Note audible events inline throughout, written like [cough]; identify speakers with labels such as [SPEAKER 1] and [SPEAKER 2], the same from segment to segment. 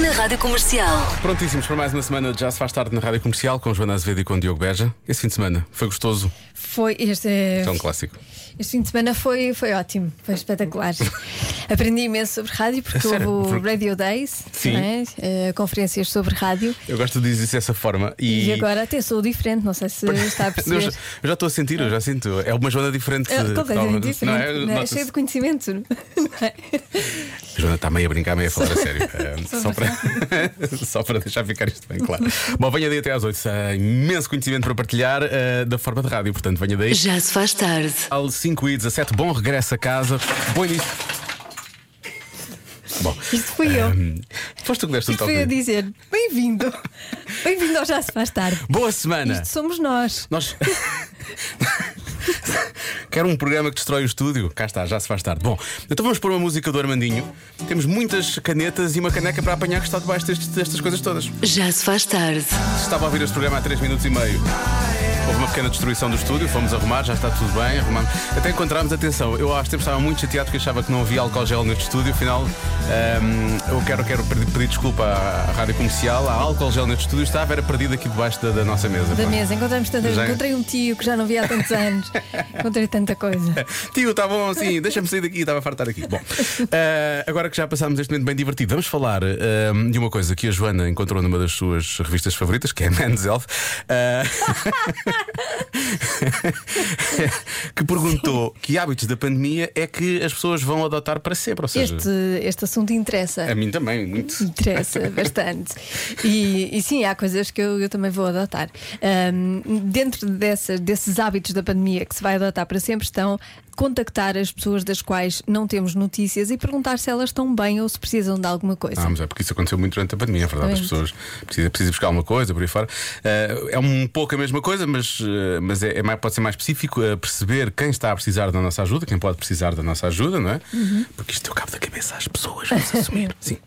[SPEAKER 1] na rádio comercial.
[SPEAKER 2] Prontíssimos para mais uma semana de Já se faz tarde na Rádio Comercial com Joana Azevedo e com Diogo Beja. Esse fim de semana foi gostoso.
[SPEAKER 3] Foi este,
[SPEAKER 2] É um clássico.
[SPEAKER 3] este fim de semana foi, foi ótimo, foi
[SPEAKER 2] [laughs]
[SPEAKER 3] espetacular. Aprendi imenso sobre rádio porque houve
[SPEAKER 2] É sério?
[SPEAKER 3] o
[SPEAKER 2] Porque-
[SPEAKER 3] Radio Days,
[SPEAKER 2] Sim.
[SPEAKER 3] não é? Eh, conferências sobre rádio.
[SPEAKER 2] Eu gosto de dizer isso dessa forma. E,
[SPEAKER 3] E agora até sou diferente, não sei se está a
[SPEAKER 2] [laughs] eu
[SPEAKER 3] perceber.
[SPEAKER 2] já- eu já estou a sentir, eu já sinto. É uma Joana diferente.
[SPEAKER 3] É completamente
[SPEAKER 2] Não
[SPEAKER 3] diferente,
[SPEAKER 2] é?
[SPEAKER 3] não é?
[SPEAKER 2] Nota-se.
[SPEAKER 3] cheio de conhecimento. não é?
[SPEAKER 2] [laughs] A Joana está meio a brincar, meio a falar a sério. Eh, só, para, [laughs] só para deixar ficar isto bem claro. Bom, venha daí até às 8. Há imenso conhecimento para partilhar eh, da forma de rádio, portanto, venha daí.
[SPEAKER 1] Já se faz tarde.
[SPEAKER 2] Al 5 e 17, bom regresso a casa. Bom início. Bom,
[SPEAKER 3] Isto fui eu.
[SPEAKER 2] ehm, foste tu que deste um
[SPEAKER 3] Isto foi
[SPEAKER 2] toque.
[SPEAKER 3] a dizer:
[SPEAKER 2] [laughs]
[SPEAKER 3] bem-vindo, bem-vindo ao Já Se Faz Tarde.
[SPEAKER 2] Boa semana.
[SPEAKER 3] Isto somos nós.
[SPEAKER 2] Nós. [laughs] Quero um programa que destrói o estúdio. Cá está, já se faz tarde. Bom, então vamos pôr uma música do Armandinho. Temos muitas canetas e uma caneca para apanhar que está debaixo destes- destas coisas todas.
[SPEAKER 1] Já se faz tarde.
[SPEAKER 2] Estava a ouvir este programa há 3 minutos e meio. Houve uma pequena destruição do estúdio, fomos arrumar, já está tudo bem, arrumamos. Até encontramos, atenção, eu há uns tempos estava muito chateado porque achava que não havia álcool gel neste estúdio, afinal, hum, eu quero, quero pedir, pedir desculpa à, à rádio comercial, há álcool gel neste estúdio, estava, era perdido aqui debaixo da, da nossa mesa.
[SPEAKER 3] Da
[SPEAKER 2] Pronto.
[SPEAKER 3] mesa, encontramos tantas.
[SPEAKER 2] Já- é.
[SPEAKER 3] Encontrei um tio que já não via há tantos
[SPEAKER 2] [laughs]
[SPEAKER 3] anos. Encontrei tanta coisa.
[SPEAKER 2] Tio, está bom assim, deixa-me sair daqui, estava a fartar aqui. Bom, eh, agora que já passámos este momento bem divertido, vamos falar eh, de uma coisa que a Joana encontrou numa das suas revistas favoritas, que é Men's Health, eh, [laughs] que perguntou que hábitos da pandemia é que as pessoas vão adotar para sempre. Ou seja, é
[SPEAKER 3] Este, este assunto
[SPEAKER 2] a
[SPEAKER 3] interessa.
[SPEAKER 2] mim também, muito. [laughs]
[SPEAKER 3] Interessa bastante. E, e sim, há coisas que eu, eu também vou adotar. Ahm, dentro dessas, desses hábitos da pandemia que se vai adotar para sempre estão contactar as pessoas das quais não temos notícias e perguntar se elas estão bem ou se precisam de alguma coisa.
[SPEAKER 2] Vamos, é porque isso aconteceu muito durante a pandemia, é verdade. As
[SPEAKER 3] Exatamente.
[SPEAKER 2] pessoas precisam precisa buscar alguma coisa por aí fora. Eh, é um pouco a mesma coisa, mas, eh, mas é, é mais- pode ser mais específico eh, perceber quem está a precisar da nossa ajuda, quem pode precisar da nossa ajuda, não é?
[SPEAKER 3] Uhum.
[SPEAKER 2] Porque isto deu cabo da cabeça às pessoas,
[SPEAKER 3] [laughs]
[SPEAKER 2] vamos assumir. Sim.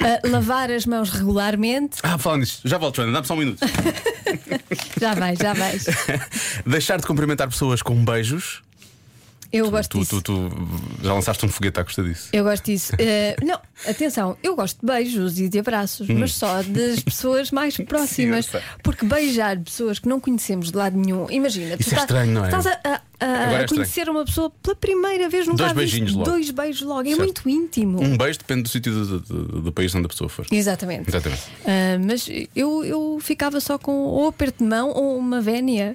[SPEAKER 3] Ah, lavar as mãos regularmente.
[SPEAKER 2] Ah, falando nisto, já volto, Joana, dá-me só um
[SPEAKER 3] [laughs]
[SPEAKER 2] minuto.
[SPEAKER 3] Já vais, já
[SPEAKER 2] [laughs]
[SPEAKER 3] vais.
[SPEAKER 2] Deixar de cumprimentar pessoas com beijos.
[SPEAKER 3] Eu gosto
[SPEAKER 2] Tu,
[SPEAKER 3] disso.
[SPEAKER 2] tu, tu já lançaste um foguete à custa disso.
[SPEAKER 3] Eu gosto disso. Eh, não, atenção, eu gosto de beijos e de abraços, mas só das pessoas mais próximas.
[SPEAKER 2] Hum. [laughs] Sim, eu sei.
[SPEAKER 3] porque beijar pessoas que não conhecemos de lado nenhum, imagina,
[SPEAKER 2] Isso é
[SPEAKER 3] tu estás-
[SPEAKER 2] estranho, não é?
[SPEAKER 3] Estás a, a- a- a
[SPEAKER 2] Agora é estranho.
[SPEAKER 3] conhecer uma pessoa pela primeira vez, nunca
[SPEAKER 2] Dois
[SPEAKER 3] a viste,
[SPEAKER 2] beijinhos logo.
[SPEAKER 3] Dois beijos logo, é
[SPEAKER 2] Certo.
[SPEAKER 3] muito íntimo.
[SPEAKER 2] Um beijo depende do sítio do, do- do país onde a pessoa for.
[SPEAKER 3] Exatamente.
[SPEAKER 2] Exatamente.
[SPEAKER 3] Ah, mas eu, eu ficava só com ou aperto de mão ou uma
[SPEAKER 2] [laughs]
[SPEAKER 3] vénia.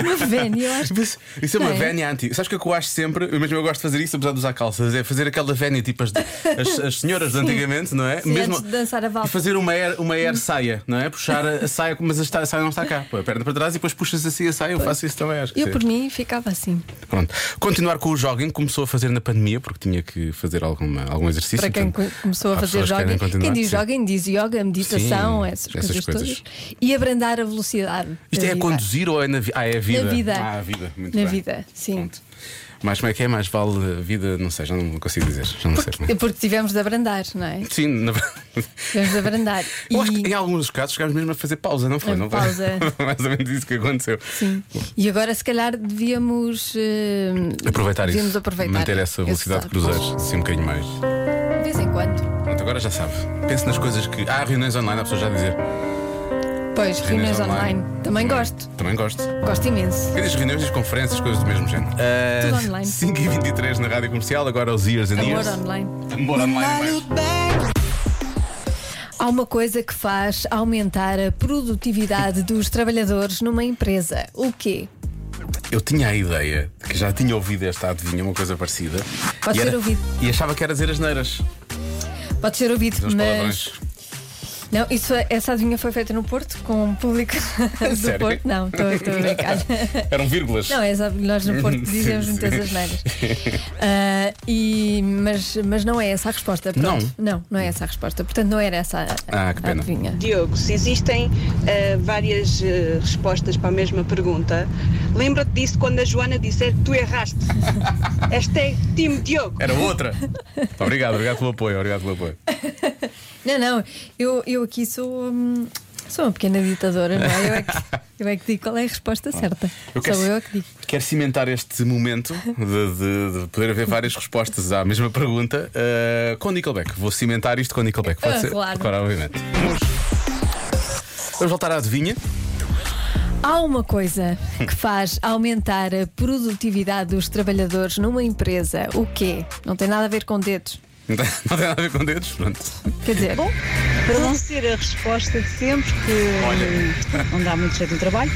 [SPEAKER 3] uma vénia, eu
[SPEAKER 2] [laughs]
[SPEAKER 3] acho que
[SPEAKER 2] Mas Isso é uma
[SPEAKER 3] Não é?
[SPEAKER 2] vénia anti. Sabes o que é que eu acho sempre? Eu mesmo eu gosto de fazer isso, apesar de usar calças, é fazer aquela vénia tipo as,
[SPEAKER 3] [laughs]
[SPEAKER 2] as, as senhoras de antigamente, não é?
[SPEAKER 3] Sim, antes de dançar a valsa. Hum.
[SPEAKER 2] E fazer uma air, uma air saia, não é? Puxar a, a saia, mas a, esta- a saia não está cá. Põe a perna para trás e depois puxas assim a saia. Eu faço isso também, acho que
[SPEAKER 3] eu
[SPEAKER 2] sim.
[SPEAKER 3] por mim ficava assim.
[SPEAKER 2] Pronto. Continuar com o jogging, começou a fazer na pandemia, porque tinha que fazer alguma, algum exercício.
[SPEAKER 3] Para quem
[SPEAKER 2] portanto,
[SPEAKER 3] co- começou a
[SPEAKER 2] há
[SPEAKER 3] fazer
[SPEAKER 2] pessoas que
[SPEAKER 3] jogging,
[SPEAKER 2] querem continuar,
[SPEAKER 3] quem diz
[SPEAKER 2] sim.
[SPEAKER 3] jogging diz yoga, meditação,
[SPEAKER 2] Sim,
[SPEAKER 3] essas,
[SPEAKER 2] essas
[SPEAKER 3] coisas,
[SPEAKER 2] coisas.
[SPEAKER 3] todas. E abrandar a velocidade.
[SPEAKER 2] Isto
[SPEAKER 3] da
[SPEAKER 2] é a
[SPEAKER 3] vida.
[SPEAKER 2] conduzir ou é na, vi ah, é a vida?
[SPEAKER 3] Na vida.
[SPEAKER 2] Ah, a vida. Muito
[SPEAKER 3] Na
[SPEAKER 2] bem.
[SPEAKER 3] vida, sim.
[SPEAKER 2] Pronto. Mas como é que é? Mais vale a vida, não sei, já não consigo dizer. Já não sei como é.
[SPEAKER 3] É Porque tivemos de abrandar, não é?
[SPEAKER 2] Sim, na verdade.
[SPEAKER 3] Tivemos de abrandar.
[SPEAKER 2] [laughs] Eu acho que
[SPEAKER 3] E-
[SPEAKER 2] em alguns casos chegámos mesmo a fazer pausa, não foi?
[SPEAKER 3] A
[SPEAKER 2] Não
[SPEAKER 3] pausa. é.
[SPEAKER 2] Foi [laughs] mais ou menos isso que aconteceu.
[SPEAKER 3] Sim. E agora, se calhar, devíamos. eh,
[SPEAKER 2] Aproveitar
[SPEAKER 3] devíamos
[SPEAKER 2] isso.
[SPEAKER 3] aproveitar
[SPEAKER 2] Manter essa
[SPEAKER 3] esse
[SPEAKER 2] velocidade de
[SPEAKER 3] lado.
[SPEAKER 2] cruzeiros, sim, um bocadinho mais.
[SPEAKER 3] De vez em quando.
[SPEAKER 2] Pronto, agora já sabe. Pense nas coisas que. Há reuniões online, há pessoas já a dizer.
[SPEAKER 3] Pois, reuniões online.
[SPEAKER 2] online.
[SPEAKER 3] Também gosto.
[SPEAKER 2] Também gosto.
[SPEAKER 3] Gosto imenso.
[SPEAKER 2] Quem diz reuniões, diz conferências, coisas do mesmo género. Ah,
[SPEAKER 3] Tudo online.
[SPEAKER 2] 5h23 na rádio comercial, agora os Years and
[SPEAKER 3] Amor
[SPEAKER 2] Years.
[SPEAKER 3] online.
[SPEAKER 2] Amor online. é vai.
[SPEAKER 3] Há uma coisa que faz aumentar a produtividade dos trabalhadores numa empresa. O quê?
[SPEAKER 2] Eu tinha a ideia de que já tinha ouvido esta adivinha, uma coisa parecida.
[SPEAKER 3] Pode
[SPEAKER 2] e
[SPEAKER 3] ser
[SPEAKER 2] era-
[SPEAKER 3] ouvido.
[SPEAKER 2] E achava que era dizer as neiras.
[SPEAKER 3] Pode ser ouvido,
[SPEAKER 2] Dizer uns
[SPEAKER 3] mas.
[SPEAKER 2] palavrões.
[SPEAKER 3] Não, isso, é, essa adivinha foi feita no Porto, com um público [laughs] do
[SPEAKER 2] Sério?
[SPEAKER 3] Porto. Não, estou a
[SPEAKER 2] [laughs]
[SPEAKER 3] brincar.
[SPEAKER 2] Eram vírgulas.
[SPEAKER 3] Não, é só porque nós no Porto dizemos
[SPEAKER 2] Sim,
[SPEAKER 3] muitas
[SPEAKER 2] sim.
[SPEAKER 3] asneiras.
[SPEAKER 2] [laughs]
[SPEAKER 3] Ah, e, mas, mas não é essa a resposta. Pronto. Não, não é essa a resposta. Portanto, não era essa a,
[SPEAKER 2] Ah, que
[SPEAKER 3] a
[SPEAKER 2] pena.
[SPEAKER 3] adivinha.
[SPEAKER 4] Diogo, se existem ah, várias ah, respostas para a mesma pergunta, lembra-te disso quando a Joana disser tu erraste. Hashtag time Diogo.
[SPEAKER 3] [laughs]
[SPEAKER 2] Era outra. obrigado, obrigado pelo apoio, obrigado pelo apoio.
[SPEAKER 3] Não, não, eu, eu aqui sou. hum, Sou uma pequena ditadora, não é? Eu é,
[SPEAKER 2] [laughs]
[SPEAKER 3] que, eu é que digo qual é a resposta certa. Sou
[SPEAKER 2] Eu quero-
[SPEAKER 3] eu é que digo.
[SPEAKER 2] Quero cimentar este momento de, de- de poder haver várias respostas à mesma pergunta eh, com Nickelback. Vou cimentar isto com Nickelback.
[SPEAKER 3] [laughs]
[SPEAKER 2] Pode
[SPEAKER 3] Ah,
[SPEAKER 2] ser?
[SPEAKER 3] claro.
[SPEAKER 2] obviamente. Vamos voltar à adivinha. [laughs]
[SPEAKER 3] Há uma coisa
[SPEAKER 2] Hum.
[SPEAKER 3] que faz aumentar a produtividade dos trabalhadores numa empresa. O quê? Não tem nada a ver com dedos.
[SPEAKER 2] Não tem não tem nada a ver com dedos. Pronto.
[SPEAKER 3] Quer dizer,
[SPEAKER 5] Para não ser a resposta de sempre, que
[SPEAKER 2] Olha.
[SPEAKER 5] hum, não dá muito jeito no trabalho,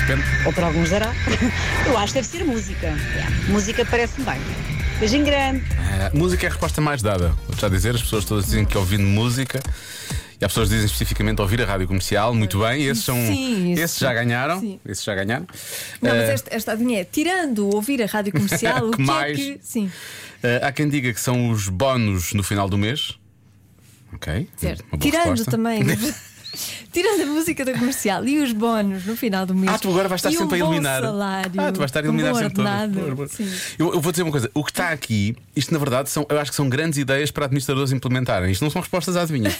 [SPEAKER 2] Depende.
[SPEAKER 5] ou para alguns dará, [laughs] eu acho que deve ser música. Música parece-me bem. Beijinho grande.
[SPEAKER 2] Eh, música é a resposta mais dada. Vou-te já dizer, as pessoas todas dizem que ouvindo música. E há pessoas que dizem especificamente ouvir a rádio comercial, muito bem, esses, são,
[SPEAKER 3] Sim, isso.
[SPEAKER 2] esses já ganharam.
[SPEAKER 3] Sim.
[SPEAKER 2] Esses já ganharam.
[SPEAKER 3] não, mas
[SPEAKER 2] Eh,
[SPEAKER 3] esta, esta adivinha é tirando ouvir a rádio comercial,
[SPEAKER 2] [laughs]
[SPEAKER 3] o
[SPEAKER 2] Que
[SPEAKER 3] que
[SPEAKER 2] mais?
[SPEAKER 3] é que. Sim.
[SPEAKER 2] Uh, há quem diga que são os bónus no final do mês. Ok.
[SPEAKER 3] Certo.
[SPEAKER 2] uma boa
[SPEAKER 3] Tirando
[SPEAKER 2] resposta. [laughs]
[SPEAKER 3] também. Tirando a música da comercial e os bónus no final do mês.
[SPEAKER 2] Ah, tu agora vais estar
[SPEAKER 3] e
[SPEAKER 2] sempre
[SPEAKER 3] o
[SPEAKER 2] a
[SPEAKER 3] bom
[SPEAKER 2] eliminar.
[SPEAKER 3] Salário,
[SPEAKER 2] ah, tu vais estar a
[SPEAKER 3] o
[SPEAKER 2] eliminar
[SPEAKER 3] bom
[SPEAKER 2] sempre todas.
[SPEAKER 3] ordenado.
[SPEAKER 2] Boa, boa.
[SPEAKER 3] Sim.
[SPEAKER 2] Eu, eu vou dizer uma coisa: o que está aqui, isto na verdade, são, eu acho que são grandes ideias para administradores implementarem. Isto não são respostas à adivinha.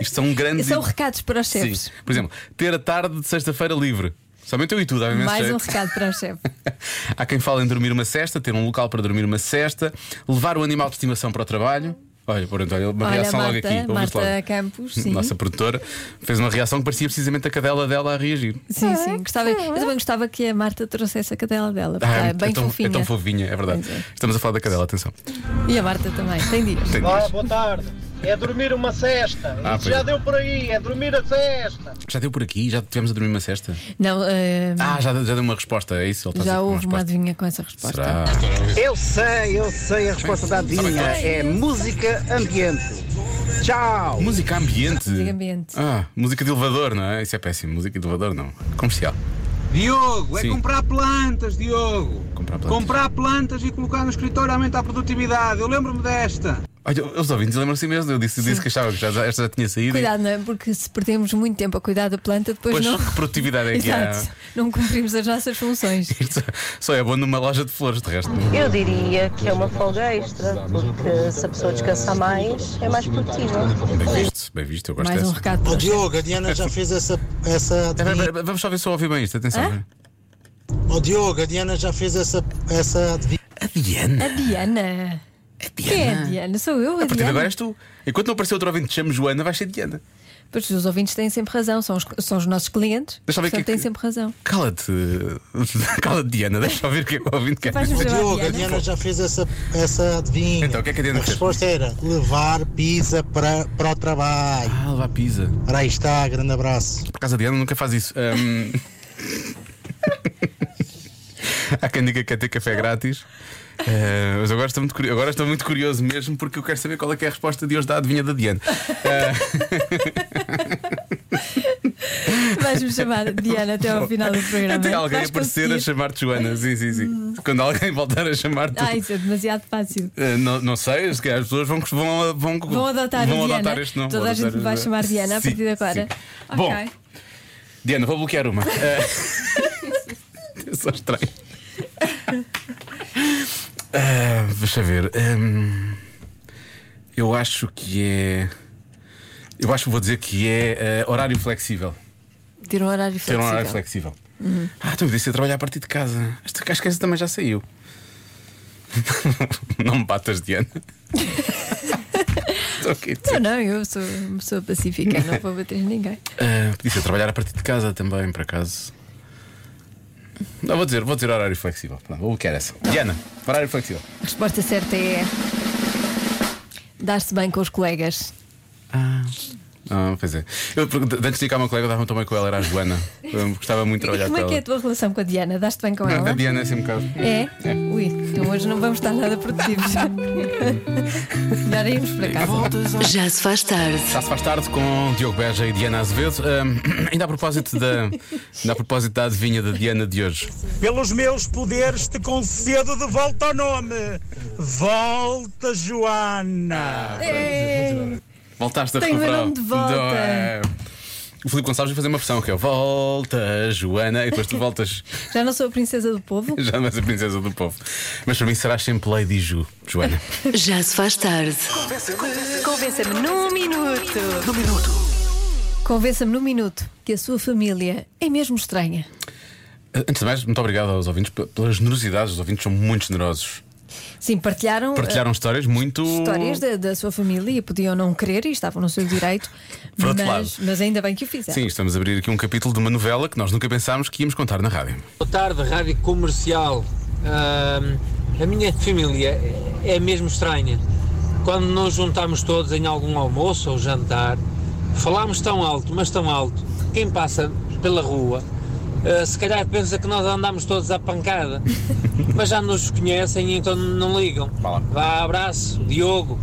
[SPEAKER 2] Isto são grandes
[SPEAKER 3] São
[SPEAKER 2] i-
[SPEAKER 3] recados para os um chefes.
[SPEAKER 2] Sim. Por exemplo, ter a tarde de sexta-feira livre. Somente eu e tu, dá imenso
[SPEAKER 3] Mais um
[SPEAKER 2] jeito.
[SPEAKER 3] recado para o chefe.
[SPEAKER 2] [laughs] Há quem fala em dormir uma cesta, ter um local para dormir uma cesta, levar o animal de estimação para o trabalho. Olha, por então, uma
[SPEAKER 3] Olha,
[SPEAKER 2] reação
[SPEAKER 3] Marta-
[SPEAKER 2] logo aqui. ouviste
[SPEAKER 3] Marta
[SPEAKER 2] logo.
[SPEAKER 3] Campos, sim.
[SPEAKER 2] [laughs] Nossa produtora fez uma reação que parecia precisamente a cadela dela a reagir.
[SPEAKER 3] Sim,
[SPEAKER 2] [laughs]
[SPEAKER 3] sim. Gostava, eu também gostava que a Marta trouxesse a cadela dela. porque
[SPEAKER 2] Ah,
[SPEAKER 3] é bem
[SPEAKER 2] é, tão,
[SPEAKER 3] fofinha.
[SPEAKER 2] é tão fofinha, é verdade.
[SPEAKER 3] Pois é.
[SPEAKER 2] Estamos a falar da cadela, atenção.
[SPEAKER 3] E a Marta também, tem dias.
[SPEAKER 2] Tem
[SPEAKER 6] Olá,
[SPEAKER 2] dias.
[SPEAKER 6] boa tarde. É dormir uma cesta.
[SPEAKER 2] Ah,
[SPEAKER 6] Isso
[SPEAKER 2] pois
[SPEAKER 6] já
[SPEAKER 2] é.
[SPEAKER 6] deu por aí, é dormir a cesta.
[SPEAKER 2] Já deu por aqui, já tivemos a dormir uma cesta.
[SPEAKER 3] Não, eh,
[SPEAKER 2] Ah, já, já deu uma resposta, é isso? Ele está a
[SPEAKER 3] já
[SPEAKER 2] dizer que
[SPEAKER 3] houve uma
[SPEAKER 2] resposta.
[SPEAKER 3] adivinha com essa resposta.
[SPEAKER 2] Será?
[SPEAKER 7] Eu sei, eu sei a resposta da adivinha. É música ambiente. Tchau!
[SPEAKER 2] Música ambiente.
[SPEAKER 3] Música ambiente.
[SPEAKER 2] Ah, música de elevador, não é? Isso é péssimo. Música de elevador, não. Comercial.
[SPEAKER 8] Diogo,
[SPEAKER 2] Sim.
[SPEAKER 8] é comprar plantas, Diogo.
[SPEAKER 2] Comprar plantas.
[SPEAKER 8] Comprar plantas e colocar no escritório aumenta a produtividade. Eu lembro-me desta.
[SPEAKER 2] Olha, os ouvintes lembram-se mesmo. Eu disse, disse que achava que já, esta já tinha saído. e-
[SPEAKER 3] Cuidado, não é? Porque se perdemos muito tempo a cuidar da planta, depois
[SPEAKER 2] Pois,
[SPEAKER 3] não.
[SPEAKER 2] que produtividade é que há?
[SPEAKER 3] Exato. Não cumprimos as nossas funções.
[SPEAKER 2] Isto só é bom numa loja de flores, de resto.
[SPEAKER 9] Eu diria que é uma folga extra, porque se a pessoa descansa mais, é mais produtiva.
[SPEAKER 2] Bem visto, bem visto, eu gosto
[SPEAKER 3] Mais um
[SPEAKER 2] dessa.
[SPEAKER 3] recado para o
[SPEAKER 10] Diogo, a Diana já fez essa. essa
[SPEAKER 2] Espera, espera, espera, Vamos só ver se eu ouvi bem isto, atenção.
[SPEAKER 3] Hã?
[SPEAKER 10] oh, Diogo, a Diana já fez essa. essa adivinha.
[SPEAKER 2] A Diana.
[SPEAKER 3] A Diana. Quem é a Diana? Sou eu, a,
[SPEAKER 2] A partir de
[SPEAKER 3] Diana.
[SPEAKER 2] agora és tu. Enquanto não aparecer outro ouvinte que te chame Joana, vais ser Diana.
[SPEAKER 3] Pois os ouvintes têm sempre razão, são os, são os nossos clientes.
[SPEAKER 2] Deixa eu ver o que é
[SPEAKER 3] portanto, têm
[SPEAKER 2] que-
[SPEAKER 3] sempre razão.
[SPEAKER 2] Cala-te. [laughs] Cala-te, Diana. Deixa eu ver o que é que o ouvinte quer
[SPEAKER 3] Vais
[SPEAKER 10] Oh,
[SPEAKER 2] dizer.
[SPEAKER 3] Já a
[SPEAKER 10] Diogo, a
[SPEAKER 3] Diana?
[SPEAKER 10] Diana já fez essa. essa adivinha.
[SPEAKER 2] Então, o que é que a Diana fez?
[SPEAKER 10] resposta era levar pizza para, para o trabalho.
[SPEAKER 2] Ah, levar pizza.
[SPEAKER 10] Ora, aí está, grande abraço.
[SPEAKER 2] Por acaso a Diana nunca faz
[SPEAKER 3] [laughs]
[SPEAKER 2] isso. Ahm. Há quem diga que quer ter café grátis. Ah, mas agora estou, muito curioso, agora estou muito curioso mesmo porque eu quero saber qual é, que é a resposta de hoje da adivinha da Diana.
[SPEAKER 3] Vais-me chamar Diana até ao final do programa.
[SPEAKER 2] Até alguém
[SPEAKER 3] Vais
[SPEAKER 2] aparecer a
[SPEAKER 3] conseguir. Hum.
[SPEAKER 2] chamar-te Joana. Sim, sim, sim. Quando alguém voltar a chamar-te.
[SPEAKER 3] Ah, isso é demasiado fácil.
[SPEAKER 2] Uh, não, não sei, se calhar as pessoas vão, vão, vão,
[SPEAKER 3] Vão adotar
[SPEAKER 2] vão
[SPEAKER 3] a Diana.
[SPEAKER 2] adotar este nome.
[SPEAKER 3] Toda
[SPEAKER 2] vão
[SPEAKER 3] a gente
[SPEAKER 2] adotar-
[SPEAKER 3] vai chamar Diana a
[SPEAKER 2] Sim,
[SPEAKER 3] partir de agora.
[SPEAKER 2] sim.
[SPEAKER 3] Ok.
[SPEAKER 2] Bom, Diana, vou bloquear uma. Uh, Só estranho. Uh, deixa ver. Um, eu acho que é. Eu acho que vou dizer que é uh, horário flexível.
[SPEAKER 3] Ter um horário
[SPEAKER 2] Ter
[SPEAKER 3] flexível.
[SPEAKER 2] um horário flexível. Ah, tu me disse a trabalhar a partir de casa. Esta acho que esta também já saiu. [laughs] não me batas, Diana. Estou aqui a dizer.
[SPEAKER 3] Não, não, eu sou uma pessoa pacífica, não vou bater em ninguém.
[SPEAKER 2] Ah, podia ser trabalhar a partir de casa também, por acaso. Não, vou dizer, vou dizer horário flexível. Não, vou bloquear essa. Diana, horário flexível.
[SPEAKER 3] A resposta certa é. Dar-se bem com os colegas.
[SPEAKER 2] Ah, pois é. Eu, porque de- antes de ir cá, uma colega dava-me também com ela, era a Joana. Eu gostava muito de
[SPEAKER 3] E
[SPEAKER 2] olhar
[SPEAKER 3] como
[SPEAKER 2] para
[SPEAKER 3] é que é a
[SPEAKER 2] ela.
[SPEAKER 3] tua relação com a Diana? Daste bem com
[SPEAKER 2] A
[SPEAKER 3] ela?
[SPEAKER 2] Diana é assim um bocado.
[SPEAKER 3] É? Ui, então hoje não vamos estar nada [laughs] produtivos. Daremos para casa.
[SPEAKER 1] Já se faz tarde.
[SPEAKER 2] Já se faz tarde com Diogo Beja e Diana Azevedo. Ahm, [clears throat] ainda a propósito da, ainda a propósito da adivinha da Diana de hoje.
[SPEAKER 11] Pelos meus poderes te concedo de volta ao nome. Volta, Joana.
[SPEAKER 2] Voltaste a
[SPEAKER 11] Tenho o meu
[SPEAKER 2] recuperar.
[SPEAKER 11] nome de volta.
[SPEAKER 2] é. O Filipe Gonçalves vai fazer uma versão que é Volta, Joana, e depois tu voltas.
[SPEAKER 3] Já não sou a princesa do povo?
[SPEAKER 2] [laughs] Já não és a princesa do povo. Mas para mim serás sempre Lady Ju, Joana.
[SPEAKER 1] Já se faz tarde.
[SPEAKER 3] Convença-me num minuto. Num minuto. Convença-me num minuto que a sua família é mesmo estranha.
[SPEAKER 2] Eh, Antes de mais, muito obrigado aos ouvintes pe- pela generosidade. Os ouvintes são muito generosos.
[SPEAKER 3] Sim, partilharam.
[SPEAKER 2] Partilharam
[SPEAKER 3] eh,
[SPEAKER 2] histórias muito.
[SPEAKER 3] Histórias da, da sua família e podiam não querer e estavam no seu direito,
[SPEAKER 2] Por outro
[SPEAKER 3] mas, mas ainda bem que o fizeram.
[SPEAKER 2] Sim, estamos a abrir aqui um capítulo de uma novela que nós nunca pensámos que íamos contar na rádio.
[SPEAKER 12] Boa tarde, Rádio Comercial. Ahm, a minha família é mesmo estranha. Quando nos juntámos todos em algum almoço ou jantar, falámos tão alto, mas tão alto, quem passa pela rua, ah, se calhar pensa que nós andámos todos à pancada. mas já nos conhecem, então não ligam. Vá, abraço, Diogo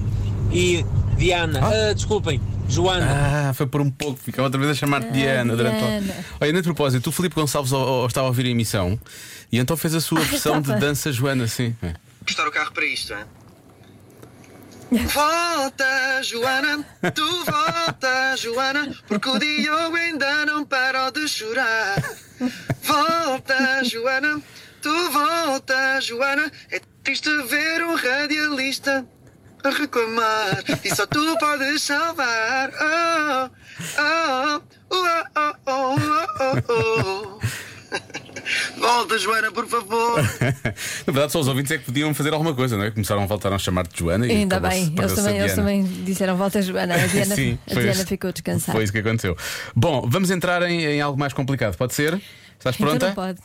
[SPEAKER 12] e Diana. Ah, desculpem, Joana.
[SPEAKER 2] Ah, foi por um pouco, ficava outra vez a
[SPEAKER 3] Ah,
[SPEAKER 2] chamar-te Diana, durante
[SPEAKER 12] Diana.
[SPEAKER 2] todo- Olha, nem de propósito, o Filipe Gonçalves ó, ó, estava a ouvir a emissão e então fez a
[SPEAKER 3] [laughs]
[SPEAKER 2] sua
[SPEAKER 13] Ah,
[SPEAKER 2] versão de
[SPEAKER 13] estava.
[SPEAKER 2] dança Joana, sim. É.
[SPEAKER 13] Prestar o carro para isto, é? Volta, Joana, tu volta, Joana, porque o Diogo ainda não parou de chorar. Volta, Joana, tu volta, Joana, é triste ver um radialista a reclamar e só tu podes salvar. Oh, oh, oh, oh, oh, oh, oh, oh. Volta, Joana, por favor.
[SPEAKER 2] [laughs] Na verdade, só os ouvintes é que podiam fazer alguma coisa, não é? Começaram a voltar a chamar-te Joana e
[SPEAKER 3] Ainda
[SPEAKER 2] acabou-se-
[SPEAKER 3] bem, eles
[SPEAKER 2] perdeu-se a
[SPEAKER 3] também, eles
[SPEAKER 2] Diana.
[SPEAKER 3] também disseram volta Joana,
[SPEAKER 2] [laughs]
[SPEAKER 3] a Diana,
[SPEAKER 2] Sim,
[SPEAKER 3] a
[SPEAKER 2] foi
[SPEAKER 3] Diana
[SPEAKER 2] isso.
[SPEAKER 3] ficou descansada.
[SPEAKER 2] Foi isso que aconteceu. Bom, vamos entrar em, em algo mais complicado, pode ser? Estás
[SPEAKER 14] Então
[SPEAKER 2] pronta?
[SPEAKER 14] não pode.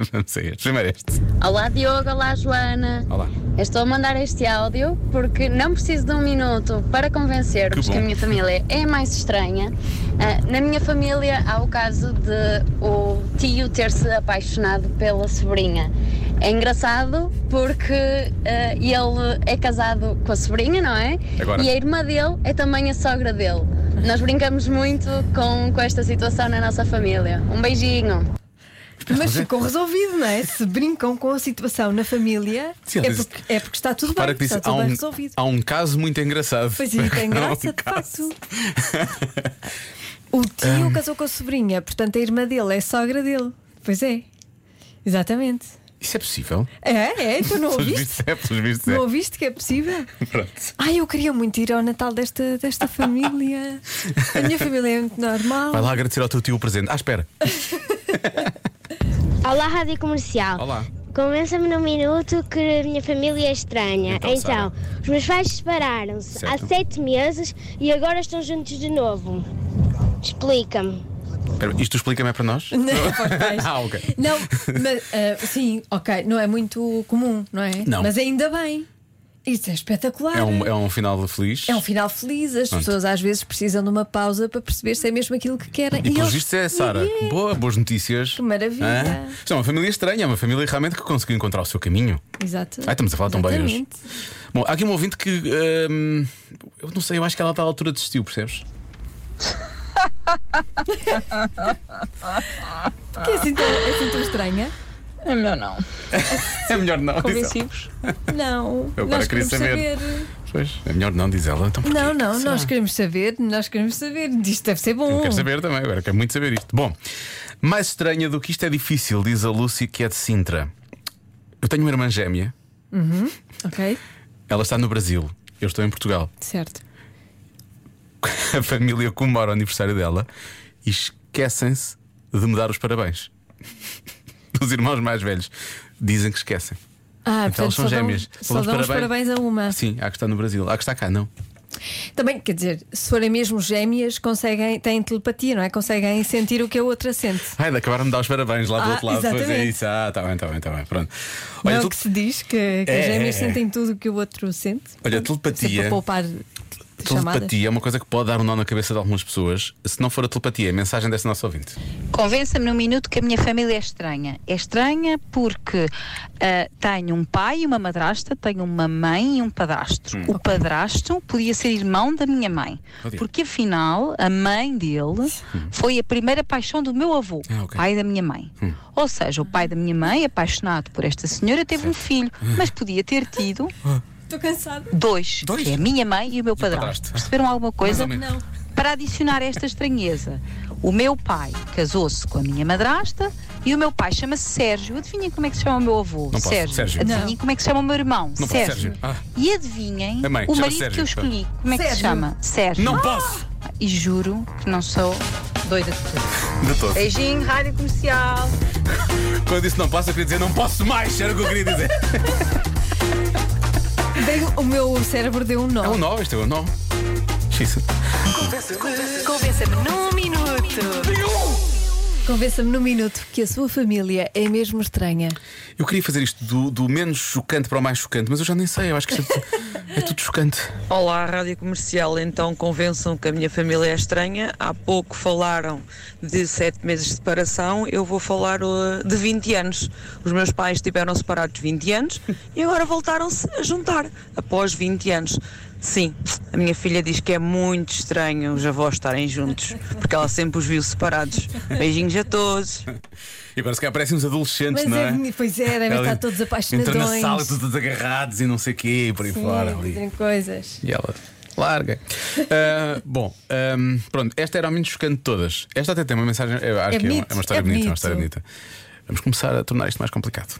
[SPEAKER 2] [laughs] vamos a este. Primeiro este.
[SPEAKER 14] Olá Diogo, olá Joana.
[SPEAKER 2] Olá.
[SPEAKER 14] Eu Estou a mandar este áudio porque não preciso de um minuto para convencer-vos
[SPEAKER 2] Que
[SPEAKER 14] que,
[SPEAKER 2] bom.
[SPEAKER 14] a minha família é mais estranha. Ah, na minha família há o caso de o tio ter-se apaixonado pela sobrinha. É engraçado porque ah, ele é casado com a sobrinha, não é?
[SPEAKER 15] Agora.
[SPEAKER 14] E a irmã dele é também a sogra dele. Nós brincamos muito com, com esta situação na nossa família. Um beijinho.
[SPEAKER 3] Mas ficou resolvido, não é? Se brincam com a situação na família,
[SPEAKER 2] Sim,
[SPEAKER 3] é,
[SPEAKER 2] ela disse-
[SPEAKER 3] porque, é porque está tudo
[SPEAKER 2] Repara
[SPEAKER 3] bem,
[SPEAKER 2] que disse,
[SPEAKER 3] está
[SPEAKER 2] há
[SPEAKER 3] tudo bem
[SPEAKER 2] um,
[SPEAKER 3] resolvido.
[SPEAKER 2] há um caso muito engraçado.
[SPEAKER 3] Pois é, tem
[SPEAKER 2] [laughs] Há um
[SPEAKER 3] graça, de facto.
[SPEAKER 2] caso. um
[SPEAKER 3] O tio
[SPEAKER 2] Ahm.
[SPEAKER 3] casou com a sobrinha, portanto a irmã dele é sogra dele. Pois é, exatamente.
[SPEAKER 2] Isso é possível?
[SPEAKER 3] É, é,
[SPEAKER 2] [laughs]
[SPEAKER 3] tu não
[SPEAKER 2] Pelos
[SPEAKER 3] ouviste?
[SPEAKER 2] vistos é, pelos vistos
[SPEAKER 3] Não
[SPEAKER 2] é.
[SPEAKER 3] ouviste que é possível?
[SPEAKER 2] Pronto.
[SPEAKER 3] Ai, eu queria muito ir ao Natal desta, desta família. A minha família é muito normal.
[SPEAKER 2] Vai lá agradecer ao teu tio o presente. Ah, espera.
[SPEAKER 16] Olá, Rádio Comercial.
[SPEAKER 2] Olá.
[SPEAKER 16] Convença-me num minuto que a minha família é estranha.
[SPEAKER 2] Então,
[SPEAKER 16] Então,
[SPEAKER 2] Sara.
[SPEAKER 16] os meus pais separaram-se há
[SPEAKER 2] Certo.
[SPEAKER 16] sete meses e agora estão juntos de novo. Explica-me.
[SPEAKER 2] Espera, isto explica-me é para
[SPEAKER 3] [laughs]
[SPEAKER 2] nós?
[SPEAKER 3] Não, pois.
[SPEAKER 2] [laughs] ah, ok.
[SPEAKER 3] Não, mas ah, sim, ok, não é muito comum, não é?
[SPEAKER 2] Não.
[SPEAKER 3] Mas ainda bem. Isso é espetacular.
[SPEAKER 2] É um, é um final feliz.
[SPEAKER 3] É um final feliz, as
[SPEAKER 2] Pronto.
[SPEAKER 3] pessoas às vezes precisam de uma pausa para perceber se é mesmo aquilo que querem.
[SPEAKER 2] E pelos
[SPEAKER 3] eles-
[SPEAKER 2] vistos é, Sara.
[SPEAKER 3] E é.
[SPEAKER 2] Boa, boas notícias.
[SPEAKER 3] Que maravilha.
[SPEAKER 2] Hã? Isto é uma família estranha, é uma família realmente que conseguiu encontrar o seu caminho.
[SPEAKER 3] Exato.
[SPEAKER 2] Ai, estamos a falar tão bem hoje.
[SPEAKER 3] Exatamente.
[SPEAKER 2] Bom, há aqui um ouvinte que. hum, eu não sei, eu acho que ela está à altura desistiu, percebes?
[SPEAKER 3] Que é assim tão, é assim tão estranha? É melhor não.
[SPEAKER 2] [laughs] É melhor não. diz ela.
[SPEAKER 3] Não.
[SPEAKER 2] Eu agora
[SPEAKER 3] nós
[SPEAKER 2] queria
[SPEAKER 3] queremos
[SPEAKER 2] saber. Pois, é melhor não, diz ela. Então, porquê?
[SPEAKER 3] Não, não,
[SPEAKER 2] Será?
[SPEAKER 3] nós queremos saber, nós queremos saber. Isto deve ser bom.
[SPEAKER 2] Eu quero saber também, agora quero muito saber isto. Bom, mais estranha do que isto é difícil, diz a Lúcia, que é de Sintra. Eu tenho uma irmã gêmea,
[SPEAKER 3] Uhum, Ok,
[SPEAKER 2] ela está no Brasil, eu estou em Portugal. [laughs]
[SPEAKER 3] certo.
[SPEAKER 2] A família comemora o aniversário dela e esquecem-se de me dar os parabéns. [laughs] Os irmãos mais velhos dizem que esquecem.
[SPEAKER 3] Ah,
[SPEAKER 2] Então,
[SPEAKER 3] portanto,
[SPEAKER 2] elas são
[SPEAKER 3] só dão-
[SPEAKER 2] gêmeas.
[SPEAKER 3] Só
[SPEAKER 2] Dão-lhes
[SPEAKER 3] dão os
[SPEAKER 2] parabéns.
[SPEAKER 3] parabéns a uma.
[SPEAKER 2] Sim, há que está no Brasil, há que está cá, não.
[SPEAKER 3] Também, quer dizer, se forem mesmo gêmeas, conseguem, têm telepatia, não é? Conseguem sentir o que a outra sente.
[SPEAKER 2] Ai, acabaram de dar os parabéns lá do
[SPEAKER 3] Ah,
[SPEAKER 2] outro lado. Pois é
[SPEAKER 3] exatamente.
[SPEAKER 2] isso. Ah, está bem, está bem, está bem. Pronto.
[SPEAKER 3] Não
[SPEAKER 2] Olha,
[SPEAKER 3] é o
[SPEAKER 2] tel-
[SPEAKER 3] que se diz que, que
[SPEAKER 2] É,
[SPEAKER 3] as gêmeas
[SPEAKER 2] é, é.
[SPEAKER 3] sentem tudo o que o outro sente.
[SPEAKER 2] olha,
[SPEAKER 3] Sempre
[SPEAKER 2] telepatia.
[SPEAKER 3] para poupar chamadas.
[SPEAKER 2] Telepatia é uma coisa que pode dar um nó na cabeça de algumas pessoas. Se não for a telepatia, é a mensagem dessa nossa ouvinte.
[SPEAKER 15] Convença-me num minuto que a minha família é estranha. É estranha porque ah, tenho um pai e uma madrasta, tenho uma mãe e um padrasto. O padrasto podia ser irmão da minha mãe,
[SPEAKER 17] Oh, dear.
[SPEAKER 15] porque afinal a mãe dele foi a primeira paixão do meu avô, pai da minha mãe.
[SPEAKER 17] Hum.
[SPEAKER 15] Ou seja, o pai da minha mãe, apaixonado por esta senhora, teve um filho, mas podia ter tido
[SPEAKER 3] Estou cansada.
[SPEAKER 15] Ah. Dois, que é a minha mãe e o meu padrasto. Perceberam alguma coisa?
[SPEAKER 3] Mais ou menos. Não.
[SPEAKER 15] Para adicionar esta estranheza, o meu pai casou-se com a minha madrasta e o meu pai chama-se Sérgio. Adivinhem como é que se chama o meu avô?
[SPEAKER 2] Não posso,
[SPEAKER 15] Sérgio.
[SPEAKER 2] Sérgio.
[SPEAKER 15] Adivinhem
[SPEAKER 2] Não.
[SPEAKER 15] como é que se chama o meu irmão?
[SPEAKER 2] Não posso, Sérgio. Ah.
[SPEAKER 15] E adivinhem
[SPEAKER 2] A mãe,
[SPEAKER 15] o
[SPEAKER 2] chama-se
[SPEAKER 15] marido que
[SPEAKER 2] Sérgio.
[SPEAKER 15] eu escolhi. Como é que se
[SPEAKER 2] Sérgio.
[SPEAKER 15] chama? Sérgio.
[SPEAKER 3] Ah!
[SPEAKER 2] Não posso.
[SPEAKER 15] E juro que não sou doida de tudo.
[SPEAKER 2] De todo.
[SPEAKER 15] Beijinho, rádio comercial.
[SPEAKER 2] Quando disse não posso, eu queria dizer não posso mais. Era o que eu
[SPEAKER 3] [laughs]
[SPEAKER 2] queria dizer.
[SPEAKER 3] Dei- o meu cérebro deu um nó.
[SPEAKER 2] É um nó, isto é um nó. Xisa.
[SPEAKER 3] Convença-me num minuto. Convença-me num minuto que a sua família é mesmo estranha.
[SPEAKER 2] Eu queria fazer isto do, do menos chocante para o mais chocante, mas eu já nem sei. Eu acho que isto
[SPEAKER 3] [laughs]
[SPEAKER 2] é, tudo- é tudo chocante.
[SPEAKER 18] Olá, Rádio Comercial. Então, convençam que a minha família é estranha. Há pouco falaram de sete meses de separação. Eu vou falar uh, de 20 anos. Os meus pais estiveram separados 20 anos e agora voltaram-se a juntar após 20 anos. Sim, a minha filha diz que é muito estranho os avós estarem juntos, porque ela sempre os viu separados. Beijinhos a todos.
[SPEAKER 2] E parece que aparecem uns adolescentes,
[SPEAKER 3] Mas
[SPEAKER 2] não é?
[SPEAKER 3] é, pois é, devem
[SPEAKER 2] Ela
[SPEAKER 3] estar todos apaixonadões.
[SPEAKER 2] Entram na sala todos agarrados e não sei o quê, e por aí
[SPEAKER 3] Sim,
[SPEAKER 2] fora. ali.
[SPEAKER 3] dizem coisas.
[SPEAKER 2] E ela larga. [laughs] Ah, bom, ahm, pronto, esta era a menos chocante de todas. Esta até tem uma mensagem. eu acho
[SPEAKER 3] É
[SPEAKER 2] que é uma,
[SPEAKER 3] bonito,
[SPEAKER 2] é uma história
[SPEAKER 3] é
[SPEAKER 2] bonita, é
[SPEAKER 3] bonito.
[SPEAKER 2] uma história bonita. Vamos começar a tornar isto mais complicado.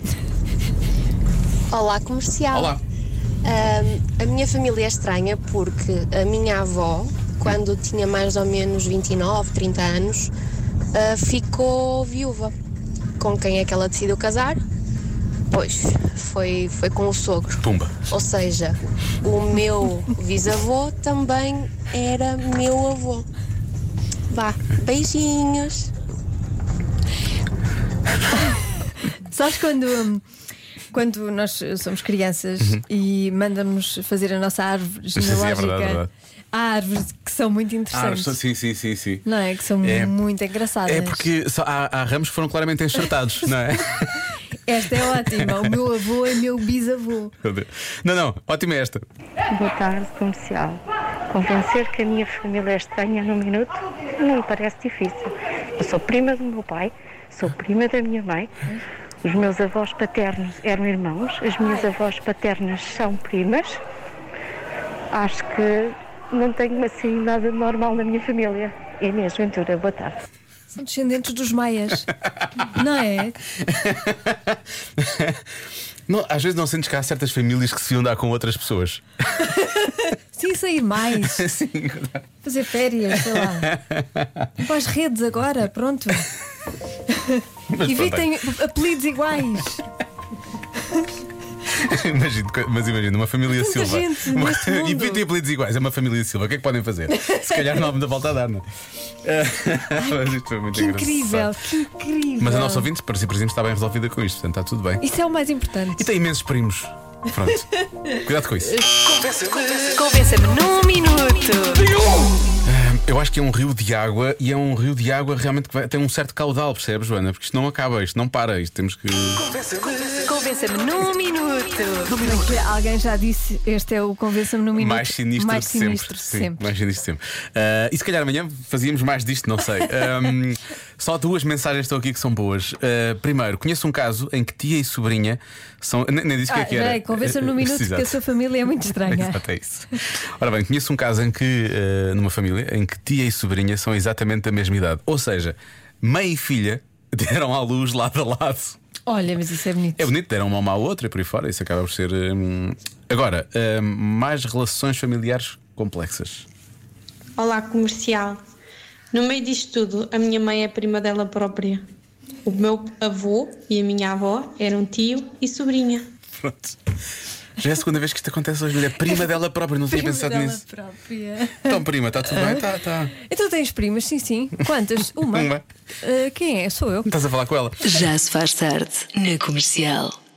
[SPEAKER 19] Olá, comercial.
[SPEAKER 2] Olá.
[SPEAKER 19] Ahm, a minha família é estranha porque a minha avó, quando tinha mais ou menos 29, 30 anos, ah, ficou viúva. Com quem é que ela decidiu casar? Pois, foi, foi com o sogro.
[SPEAKER 2] Pumba.
[SPEAKER 19] Ou seja, o meu bisavô também era meu avô. Vá, beijinhos.
[SPEAKER 3] Sabes quando, hum, quando nós eh, somos crianças
[SPEAKER 19] Uhum.
[SPEAKER 3] e mandamos fazer a nossa árvore
[SPEAKER 2] Sim, sim, é verdade,
[SPEAKER 3] genealógica?
[SPEAKER 2] é verdade.
[SPEAKER 3] Há árvores que são muito
[SPEAKER 2] Ah,
[SPEAKER 3] interessantes.
[SPEAKER 2] sim, sim, sim, sim.
[SPEAKER 3] Não é? Que são
[SPEAKER 2] É.
[SPEAKER 3] muito engraçadas.
[SPEAKER 2] É porque só há, há ramos que foram claramente enxertados,
[SPEAKER 3] [laughs]
[SPEAKER 2] não é?
[SPEAKER 3] Esta é ótima. O meu avô é meu bisavô.
[SPEAKER 2] Meu Deus. Não, não, ótima é esta.
[SPEAKER 20] Boa tarde, comercial. Convencer que a minha família é estranha num minuto não me parece difícil. Eu sou prima do meu pai, sou prima da minha mãe. Os meus avós paternos eram irmãos, as minhas avós paternas são primas. Acho que não tenho assim nada de normal na minha família. Inês Ventura, boa tarde.
[SPEAKER 3] São descendentes dos maias. não é?
[SPEAKER 2] Não, às vezes não sentes que há certas famílias que se iam dar com outras pessoas.
[SPEAKER 3] Sim, sair mais.
[SPEAKER 2] [laughs] Sim, é
[SPEAKER 3] Fazer férias, sei lá.
[SPEAKER 2] [laughs]
[SPEAKER 3] Para as redes agora, pronto.
[SPEAKER 2] Mas
[SPEAKER 3] Evitem apelidos iguais.
[SPEAKER 2] É [laughs] imagino, mas imagina, uma família
[SPEAKER 3] Tanta
[SPEAKER 2] Silva.
[SPEAKER 3] gente
[SPEAKER 2] uma,
[SPEAKER 3] neste mundo.
[SPEAKER 2] [laughs] e tem apelidos iguais, é uma família Silva. O que é que podem fazer? Se calhar não há muita volta a dar, não é?
[SPEAKER 3] [laughs]
[SPEAKER 2] [laughs] Mas isto foi muito
[SPEAKER 3] Que
[SPEAKER 2] engraçado.
[SPEAKER 3] incrível, que incrível.
[SPEAKER 2] Mas a nossa ouvinte, para si, por exemplo, está bem resolvida com isto, portanto está tudo bem.
[SPEAKER 3] Isso é o mais importante.
[SPEAKER 2] E tem imensos primos.
[SPEAKER 3] [laughs]
[SPEAKER 2] Pronto. Cuidado com isso.
[SPEAKER 3] Convença-me num minuto.
[SPEAKER 2] Eu acho que é um rio de água e é um rio de água realmente que vai- tem um certo caudal, percebes, Joana? Porque isto não acaba, isto não para, isto temos que.
[SPEAKER 3] Convença-me num minuto. Porque alguém já disse, este é o convença-me num minuto.
[SPEAKER 2] Mais sinistro
[SPEAKER 3] mais
[SPEAKER 2] de
[SPEAKER 3] sinistro
[SPEAKER 2] sempre.
[SPEAKER 3] de
[SPEAKER 2] Sim,
[SPEAKER 3] sempre.
[SPEAKER 2] mais sinistro de sempre. Ah, e se calhar amanhã fazíamos mais disto,
[SPEAKER 3] [laughs]
[SPEAKER 2] não sei. Ahm, só duas mensagens estão aqui que são boas. Ah, primeiro, conheço um caso em que tia e sobrinha são. Nem, nem disse o que é que
[SPEAKER 3] Ah,
[SPEAKER 2] era.
[SPEAKER 3] bem, Convença-me
[SPEAKER 2] [laughs]
[SPEAKER 3] num
[SPEAKER 2] Ah,
[SPEAKER 3] minuto que
[SPEAKER 2] exato.
[SPEAKER 3] a sua família é muito estranha.
[SPEAKER 2] [laughs] Exato, é isso. Ora bem, conheço um caso em que, eh, numa família, em que tia e sobrinha são exatamente da mesma idade. Ou seja, mãe e filha [laughs] deram à luz lado a lado.
[SPEAKER 3] Olha, mas isso é bonito.
[SPEAKER 2] É bonito, deram uma uma à outra e por aí fora. Isso acaba por ser. hum, Agora, hum, mais relações familiares complexas.
[SPEAKER 21] Olá, comercial. No meio disto tudo, a minha mãe é prima dela própria. O meu avô e a minha avó eram tio e sobrinha.
[SPEAKER 2] Pronto. Já é a segunda vez que isto acontece hoje. Mulher, prima dela própria, não tinha
[SPEAKER 3] Prima
[SPEAKER 2] pensado
[SPEAKER 3] dela
[SPEAKER 2] nisso.
[SPEAKER 3] própria.
[SPEAKER 2] Então, prima, está tudo bem? Tá, tá.
[SPEAKER 3] Então tens primas, sim, sim.
[SPEAKER 2] [laughs]
[SPEAKER 3] Quantas? Uma.
[SPEAKER 2] Uma.
[SPEAKER 3] Ah, quem é? Sou eu.
[SPEAKER 2] Estás a falar com ela?
[SPEAKER 1] Já se faz tarde na comercial.